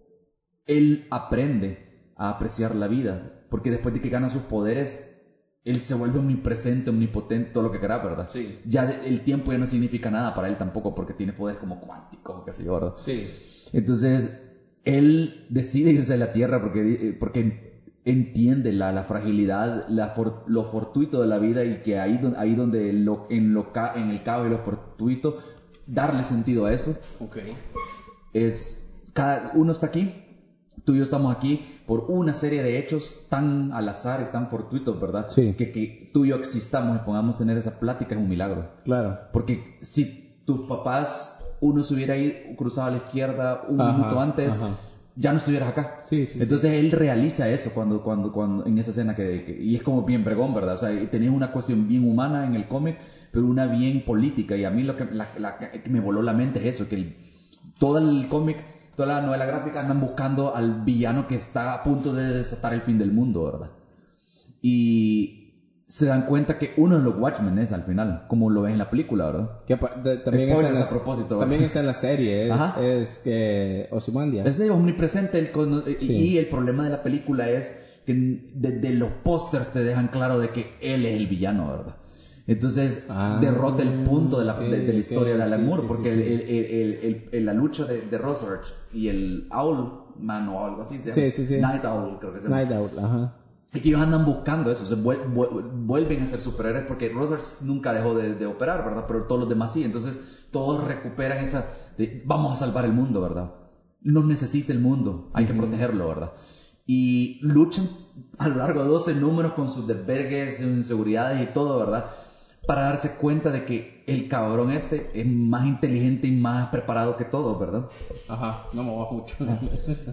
él aprende a apreciar la vida, porque después de que gana sus poderes, él se vuelve omnipresente, omnipotente, todo lo que querás, ¿verdad? Sí. Ya de- el tiempo ya no significa nada para él tampoco, porque tiene poderes como cuánticos, qué sé yo, ¿verdad? Sí. Entonces, él decide irse a la Tierra porque, eh, porque entiende la, la fragilidad, la for- lo fortuito de la vida y que ahí, don- ahí donde lo, en, lo, ca- en el caos y lo fortuito, darle sentido a eso Ok. es cada uno está aquí, tú y yo estamos aquí por una serie de hechos tan al azar y tan fortuitos, ¿verdad? Sí. Que, que tú y yo existamos y podamos tener esa plática es un milagro. Claro. Porque si tus papás, uno se hubiera ido, cruzado a la izquierda un Ajá, minuto antes, ajá. ya no estuvieras acá. Sí, sí, sí. Entonces él realiza eso cuando, cuando, cuando, en esa escena que, que- y es como bien bregón, ¿verdad? O sea, y tenés una cuestión bien humana en el cómic, pero una bien política. Y a mí lo que, la- la- que me voló la mente es eso, que el- todo el cómic, toda la novela gráfica andan buscando al villano que está a punto de desatar el fin del mundo, ¿verdad? Y se dan cuenta que uno de los Watchmen es al final, como lo ves en la película, ¿verdad? Que apa- de- también, está en Spoilers la, a propósito. también está en la serie. Es, Ajá. es que Ozymandias. Es de omnipresente el cono- y- Sí. y el problema de la película es que desde los pósters te dejan claro de que él es el villano, ¿verdad? Entonces Ah, derrota el punto de la, de- de ok, la historia de Alan sí, Moore, sí, porque sí, sí. el- el- el- el- el- la lucha de, de Rosarch y el Owlman o algo así, se llama. Sí, sí, sí. Night Owl creo que se llama. Night Owl, ajá. Y que ellos andan buscando eso, se vuel- vuel- vuelven a ser superhéroes porque Rogers nunca dejó de, de operar, ¿verdad? Pero todos los demás sí, entonces todos recuperan esa de, vamos a salvar el mundo, ¿verdad? Nos necesita el mundo, hay que protegerlo, ¿verdad? y luchan a lo largo de 12 números con sus desvergues, sus inseguridades y todo, ¿verdad? Para darse cuenta de que el cabrón este es más inteligente y más preparado que todo, ¿verdad? Ajá, no me va mucho. Ah.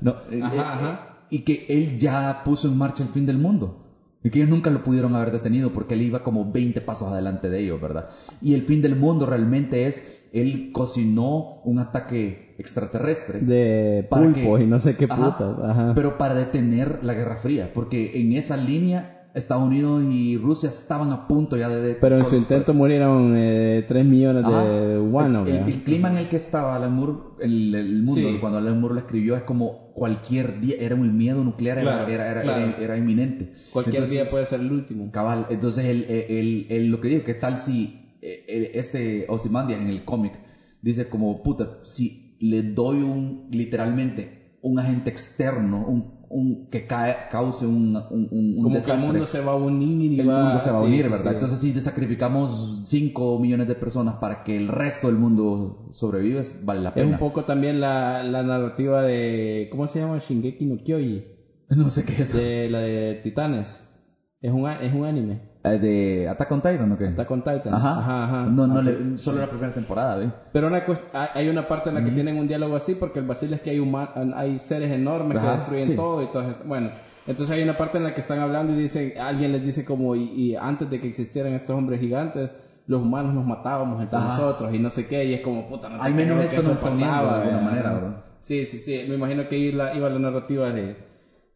No, eh, Ajá, eh, ajá. Y que él ya puso en marcha el fin del mundo. Y que ellos nunca lo pudieron haber detenido porque él iba como 20 pasos adelante de ellos, ¿verdad? Y el fin del mundo realmente es, él cocinó un ataque extraterrestre. De ¿Para pulpos qué? y no sé qué Ajá. putas. Ajá. Pero para detener la Guerra Fría, porque en esa línea Estados Unidos y Rusia estaban a punto ya de... de- Pero en su solo- intento murieron 3 millones Ajá. de guanos. El, el- ¿verdad? el clima en el que estaba Alan Moore, el, el mundo, Sí. cuando Alan Moore lo escribió, es como cualquier día, era un miedo nuclear, era- Claro, era, era, claro. era- era inminente. Cualquier Entonces, día puede ser el último. Cabal, entonces él, él- él- él lo que digo, ¿qué tal si eh, él- este Ozymandias en el cómic dice como, puta, si le doy un, literalmente, un agente externo, un, un- que cae- cause un, un, un- un Como desastre? que el mundo se va a unir y el va, mundo se va a sí, unir, sí, ¿verdad? sí. Entonces, si sacrificamos 5 millones de personas para que el resto del mundo sobreviva, es- vale la Es pena. un poco también la, la narrativa de. ¿Cómo se llama? Shingeki no Kyoji. No sé qué es. Eh, De la de Titanes. Es un, a- es un anime. Eh, De, Attack on Titan o qué? Está con Titan. Ajá. ajá. ajá. No, no, Ah, le- solo la primera temporada, ¿eh? Pero una cuest- hay hay una parte en la que tienen un diálogo así porque el vacil es que hay, huma- hay seres enormes que Ajá, destruyen sí. todo y todas estas- Bueno, entonces hay una parte en la que están hablando y dicen, alguien les dice como, y, y antes de que existieran estos hombres gigantes, los humanos nos matábamos entre Ajá. nosotros y no sé qué, y es como, puta, no te Al menos creo que esto eso no está uniendo de alguna ¿verdad? manera, ¿verdad? Sí, sí, sí, me imagino que iba, iba la narrativa de...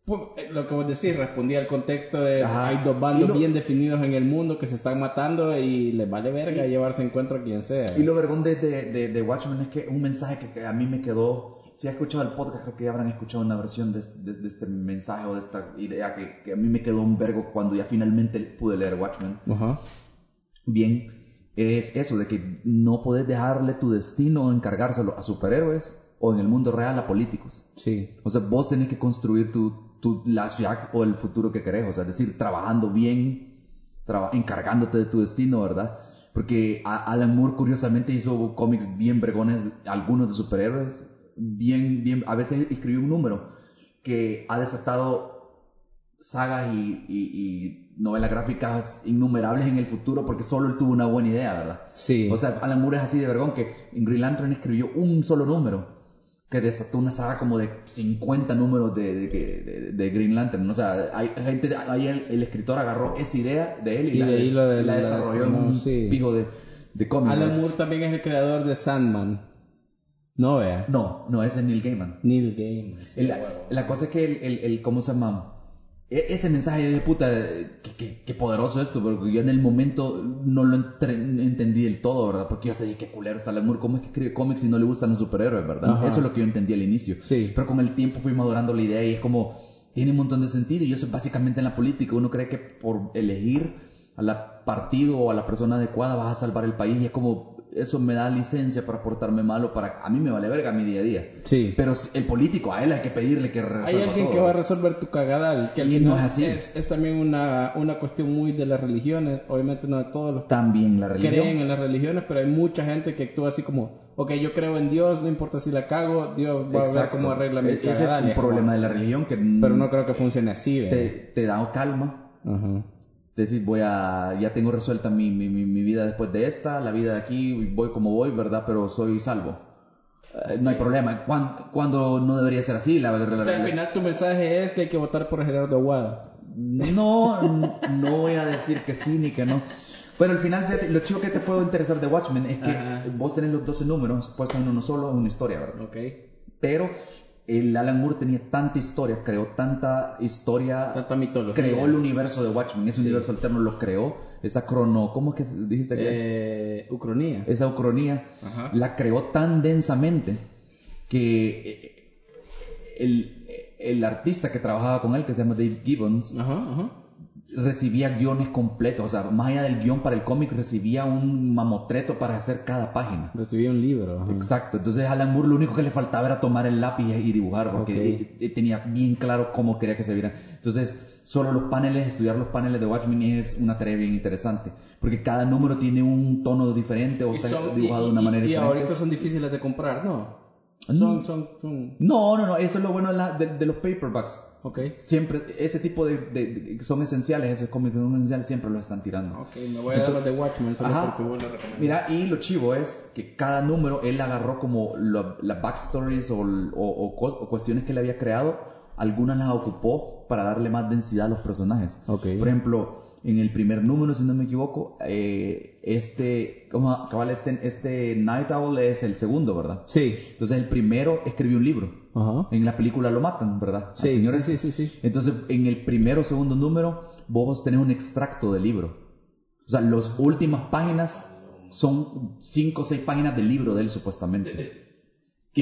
pues, eh, Lo que vos decís, respondía al contexto de Ajá. hay dos bandos Y lo- bien definidos en el mundo que se están matando y les vale verga llevarse encuentro a quien sea. Y lo vergón de, de, de- de Watchmen es que un mensaje que, que a mí me quedó. Si ha escuchado el podcast, creo que ya habrán escuchado una versión de, este- de- de este mensaje o de esta idea que, que a mí me quedó un vergo cuando ya finalmente pude leer Watchmen. Ajá. Bien, es eso de que no podés dejarle tu destino o encargárselo a superhéroes o en el mundo real a políticos. Sí. O sea, vos tenés que construir tu, tu- la ciudad o el futuro que querés. O sea, es decir, trabajando bien, traba- encargándote de tu destino, ¿verdad? Porque a- Alan Moore, curiosamente, hizo cómics bien bregones, algunos de superhéroes. Bien, bien. A veces escribió un número que ha desatado sagas y, y- y novelas gráficas innumerables en el futuro porque solo él tuvo una buena idea, ¿verdad? Sí. O sea, Alan Moore es así de vergón que en Green Lantern escribió un solo número que desató una saga como de 50 números de, de, que- de- de Green Lantern. O sea, hay hay gente, ahí el, el escritor agarró esa idea de él y, Y la, de ahí lo de- la la desarrolló en desarrolló, un sí. pijo de, de cómics. Alan ¿verdad? Moore también es el creador de Sandman. No vea. No, no, ese es Neil Gaiman. Neil Gaiman. sí, la, huevo. la cosa es que el, el, el- ¿cómo se llama? E- ese mensaje de puta, eh, qué, qué- qué poderoso esto, porque yo en el momento no lo entre- entendí del todo, ¿verdad? Porque yo hasta dije, qué culero está Alan Moore, ¿cómo es que escribe cómics y no le gustan los superhéroes, verdad? Ajá. Eso es lo que yo entendí al inicio. Sí. Pero con el tiempo fui madurando la idea y es como, tiene un montón de sentido. Y eso es básicamente en la política, uno cree que por elegir a la partido o a la persona adecuada vas a salvar el país y es como, eso me da licencia para portarme malo, para... A mí me vale verga mi día a día. Sí. Pero si- el político, a él hay que pedirle que resuelva Hay alguien todo. que va a resolver tu cagada. el Que al Y no final es así. Es, es también una, una cuestión muy de las religiones. Obviamente no de todos los También la que creen religión. en las religiones, pero hay mucha gente que actúa así como, ok, yo creo en Dios, no importa si la cago, Dios va a ver Exacto. cómo arregla mi E- Ese cagada. es un y es como, problema de la religión que Pero no creo que funcione así, vea. te, te da calma. Ajá. Decir, voy a, ya tengo resuelta mi, mi, mi- mi vida después de esta, la vida de aquí, voy como voy, ¿verdad? Pero soy salvo. Eh, no hay problema. ¿Cuán- ¿Cuándo no debería ser así? La, la- la- O sea, al la- final tu mensaje es que hay que votar por Gerardo Aguado. No, n- no voy a decir que sí ni que no. Pero al final, fíjate, lo chido que te puedo interesar de Watchmen es que Ajá. vos tenés los 12 números puestos en uno solo, en una historia, ¿verdad? Ok. Pero el Alan Moore tenía tanta historia, creó tanta historia, Tanta mitología. creó el universo de Watchmen, ese universo alterno lo creó, esa crono, ¿cómo es que se- dijiste que? eh, Ucronía. esa ucronía, Ajá. la creó tan densamente que eh, el, el artista que trabajaba con él, que se llama Dave Gibbons, Ajá, ajá. recibía guiones completos, o sea, más allá del guión para el cómic, recibía un mamotreto para hacer cada página. Recibí un libro. ajá. Exacto, entonces a Alan Moore lo único que le faltaba era tomar el lápiz y dibujar, porque Ok. eh, eh, tenía bien claro cómo quería que se vieran. Entonces, solo los paneles, estudiar los paneles de Watchmen es una tarea bien interesante, porque cada número tiene un tono diferente o Y está son- dibujado de una y- manera y diferente. ahorita son difíciles de comprar, ¿no? Mm. Son, son, son. No, no, no, eso es lo bueno de, la- de- de los paperbacks. Ok. Siempre, ese tipo de, de- de- son esenciales, esos cómics que son esenciales, siempre los están tirando. Ok, me voy a dar los de Watchmen solo Ajá. porque vos lo recomendás. Mira, y lo chivo es que cada número él agarró como la- las backstories o, o- o cos- o cuestiones que le había creado, algunas las ocupó para darle más densidad a los personajes. Ok. Por ejemplo, en el primer número, si no me equivoco, eh, este, ¿cómo cabal, este, este Night Owl es el segundo, ¿verdad? Sí. Entonces el primero escribió un libro. Ajá. En la película lo matan, ¿verdad? Al Sí, señor sí, ese. sí, sí, sí. Entonces, en el primero o segundo número, vos tenés un extracto del libro. O sea, las últimas páginas son cinco o seis páginas del libro de él, supuestamente. Y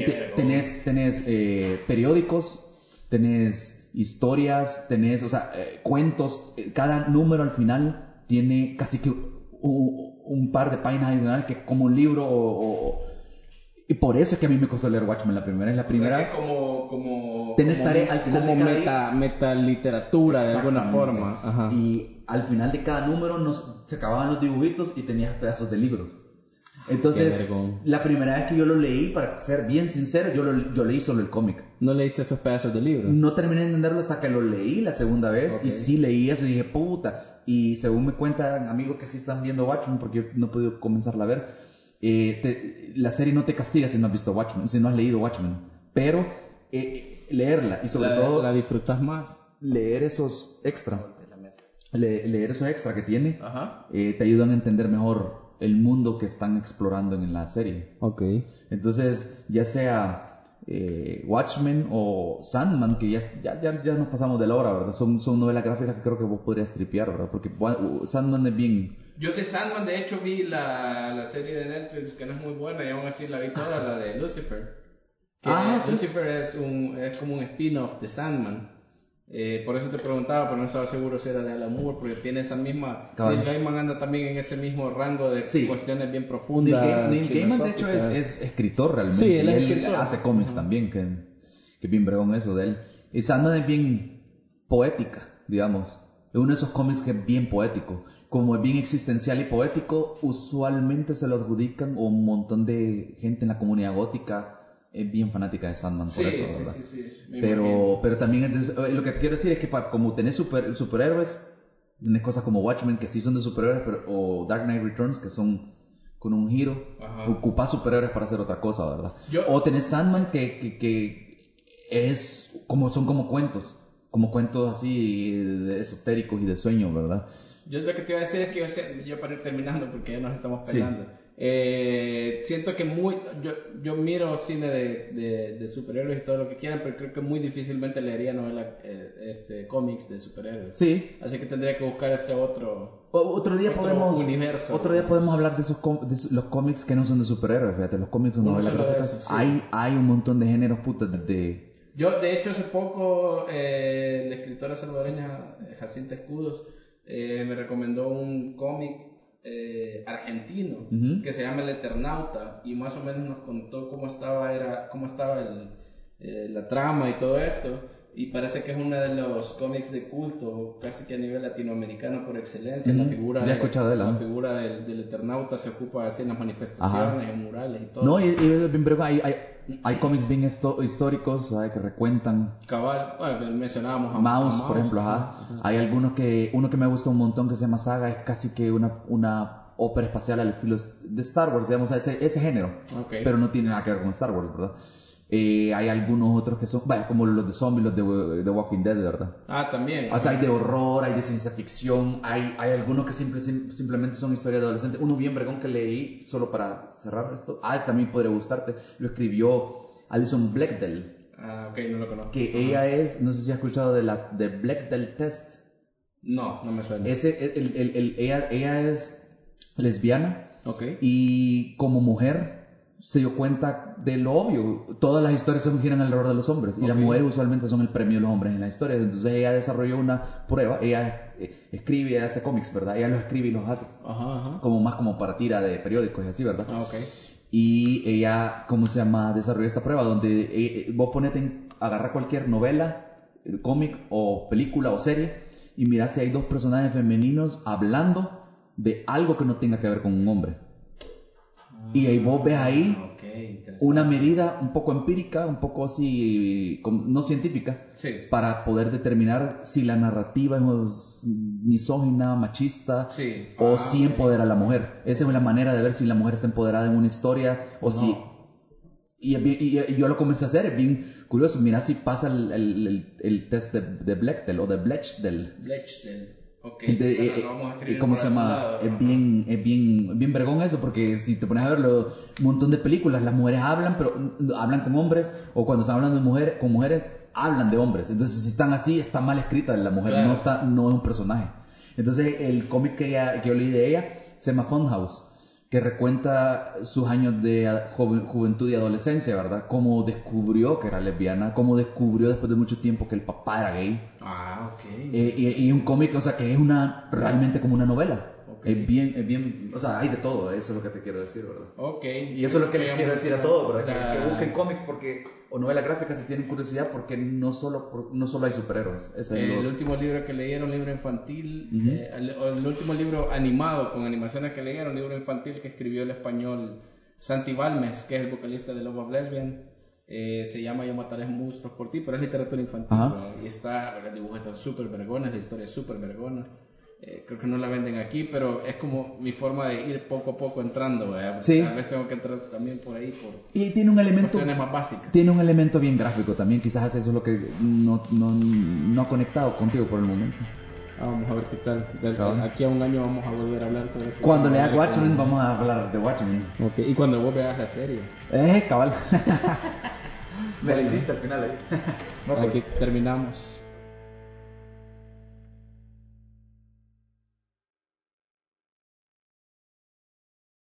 Qué te- vergüenza. tenés, tenés eh, periódicos, tenés historias, tenés, o sea, eh, cuentos. Eh, Cada número al final tiene casi que un, un par de páginas adicionales que es como un libro o- o- y por eso es que a mí me costó leer Watchmen la primera. Es la O sea, primera. que como, como... Tenés como tarea al final como de cada día. meta, meta literatura de alguna Exactamente. forma. Ajá. Y al final de cada número nos, se acababan los dibujitos y tenías pedazos de libros. Entonces, Qué vergón. la primera vez que yo lo leí, para ser bien sincero, yo, lo- yo leí solo el cómic. ¿No leíste esos pedazos de libro? No terminé de entenderlo hasta que lo leí la segunda vez Ok. y sí leí eso y dije, puta. Y según me cuentan amigos que sí están viendo Watchmen, porque yo no he podido comenzarla a ver, eh, te- la serie no te castiga si no has visto Watchmen, si no has leído Watchmen. Pero eh, leerla y sobre la, todo la disfrutas más. leer esos extra, le- leer esos extra que tiene, Ajá. eh, te ayudan a entender mejor el mundo que están explorando en la serie. Ok. Entonces, ya sea eh, Watchmen o Sandman, que ya, ya, ya, ya nos pasamos de la hora, ¿verdad? Son, son novelas gráficas que creo que vos podrías tripear, ¿verdad? Porque Wa- uh, Sandman es bien... Yo de Sandman, de hecho, vi la, la serie de Netflix, que no es muy buena, y aún así la vi toda, la de Lucifer. Que Ah, sí. Lucifer es, un, es como un spin-off de Sandman. Eh, por eso te preguntaba, pero no estaba seguro si era de Alan Moore, porque tiene esa misma... Cabal. Neil Gaiman anda también en ese mismo rango de Sí. cuestiones bien Neil, profundas. Ga- Neil Gaiman, de hecho, es, filosóficas. es escritor realmente. Sí, él es y él escritor. hace cómics también, que, que bien bregón eso de él. Y Sandman es bien poética, digamos. Es uno de esos cómics que es bien poético. Como es bien existencial y poético, usualmente se lo adjudican o un montón de gente en la comunidad gótica es bien fanática de Sandman por Sí, eso, sí, ¿verdad? sí, sí, me imagino. Pero, pero también es de- eh, lo que te quiero decir es que pa- como tenés super, superhéroes, tenés cosas como Watchmen que sí son de superhéroes, pero, o Dark Knight Returns que son con un giro, Ajá. ocupás superhéroes para hacer otra cosa, ¿verdad? Yo- o tenés Sandman que, que, que es como, son como cuentos, como cuentos así de- esotéricos y de sueño, ¿verdad? Yo lo que te iba a decir es que yo, sé- yo para ir terminando, porque ya nos estamos peleando. Eh, siento que muy. Yo, yo miro cine de, de, de superhéroes y todo lo que quieran, pero creo que muy difícilmente leería novela, eh, este, cómics de superhéroes. Sí. Así que tendría que buscar este otro. O- Otro día Otro podemos universo. otro día podemos hablar de esos com- de esos- los cómics que no son de superhéroes, fíjate, los cómics son Uno novelas solo de gráficas. esos, sí. Hay hay un montón de géneros putas desde Yo, de hecho, hace poco eh, la escritora salvadoreña eh, Jacinta Escudos eh, me recomendó un cómic eh, argentino Ujú. que se llama El Eternauta y más o menos nos contó cómo estaba, era, cómo estaba el, eh, la trama y todo esto. Y parece que es uno de los cómics de culto, casi que a nivel latinoamericano por excelencia. La Ujú. figura, Ya he de- escuchado de él, la ¿no? figura del, del Eternauta se ocupa así en las manifestaciones, en murales y todo. No, y, y es bien breve, hay, hay, hay cómics bien histo- históricos ¿sabe? que recuentan. Cabal, bueno, mencionábamos a a Mouse, por ejemplo, ajá. Hay algunos que, uno que me gusta un montón que se llama Saga, es casi que una, una ópera espacial al estilo de Star Wars, digamos, ese, ese género. Ok. Pero no tiene nada que ver con Star Wars, ¿verdad? Eh, hay algunos otros que son, vaya, como los de zombies, los de, de Walking Dead, ¿verdad? Ah, también. O sea, hay de horror, hay de ciencia ficción, hay, hay algunos que simple- sim- simplemente son historias de adolescentes. Uno bien bregón que leí, solo para cerrar esto, ah, también podría gustarte, lo escribió Alison Blackdell, ah, ok, no lo conozco. que ella es, no sé si has escuchado de la de Blackdell Test. No, no me suena. Ese, el- el- el- ella, ella es lesbiana Ok. y como mujer se dio cuenta de lo obvio. Todas las historias se giran alrededor de los hombres y las Ok. mujeres usualmente son el premio de los hombres en las historias. Entonces ella desarrolló una prueba, ella eh, escribe, ella hace cómics, ¿verdad? Ella los escribe y los hace Ajá, ajá. como más como para tira de periódicos y así, ¿verdad? Ah, ok. Y ella, ¿cómo se llama? Desarrolló esta prueba donde eh, eh, vos ponete, en- agarra cualquier novela, eh, cómic o película o serie y mira si hay dos personajes femeninos hablando de algo que no tenga que ver con un hombre. Y ahí vos ves ahí Ah, Ok, interesante. una medida un poco empírica, un poco así, como- no científica, Sí. para poder determinar si la narrativa es misógina, machista, Sí. o Ah, si ok. empodera a la mujer. Esa es la manera de ver si la mujer está empoderada en una historia o si... Y, es bien- y- y yo lo comencé a hacer, es bien curioso. Mira si pasa el, el- el- el test de, de Bechtel o de Blechdel. Blechdel. Ok. De- bueno, eh, lo vamos a eh, escribir ¿Cómo por se algún llama? lado, es ajá. bien, es bien, bien vergón eso, porque si te pones a verlo, un montón de películas, las mujeres hablan, pero mm, hablan con hombres, o cuando están hablando de mujeres, con mujeres, hablan de hombres. Entonces, si están así, está mal escrita la mujer, Claro. no está, no es un personaje. Entonces, el cómic que, ella- que yo leí de ella se llama Funhouse, que recuenta sus años de ah, joven- juventud y adolescencia, ¿verdad? Cómo descubrió que era lesbiana, cómo descubrió después de mucho tiempo que el papá era gay. Ah, ok. Eh, y, y un cómic, o sea, que es una realmente como una novela. Ok. Es bien, es bien, o sea, hay de todo, eso es lo que te quiero decir, ¿verdad? ok. Y eso es lo que les quiero decir a todos, ¿verdad? Que- La- Que, busquen cómics porque, o novelas gráficas si tienen curiosidad, porque no solo, por- no solo hay superhéroes. Ese es Eh, El lo- último libro que leyeron, libro infantil, Ujú. eh, el, o el último libro animado con animaciones que leyeron, libro infantil que escribió el español Santi Balmes, que es el vocalista de Love of Lesbian, eh, se llama Yo mataré monstruos por ti, pero es literatura infantil. Ajá. ¿no? Y está, los dibujos están súper vergonas, la historia es súper vergona. Eh, creo que no la venden aquí, pero es como mi forma de ir poco a poco entrando. ¿verdad? Sí. Tal vez tengo que entrar también por ahí, por Y tiene un elemento, cuestiones más básicas. tiene un elemento bien gráfico también, quizás eso es lo que no, no, no ha conectado contigo por el momento. Ah, vamos a ver qué tal. De- Claro. Aquí a un año vamos a volver a hablar sobre este esto. Cuando Vamos a lea ver Watchmen, vamos a hablar de Watchmen. cómo- Ok, Y cuando vos veas la serie. Eh, cabal. Me la hiciste al final ahí. No, pues, Aquí terminamos.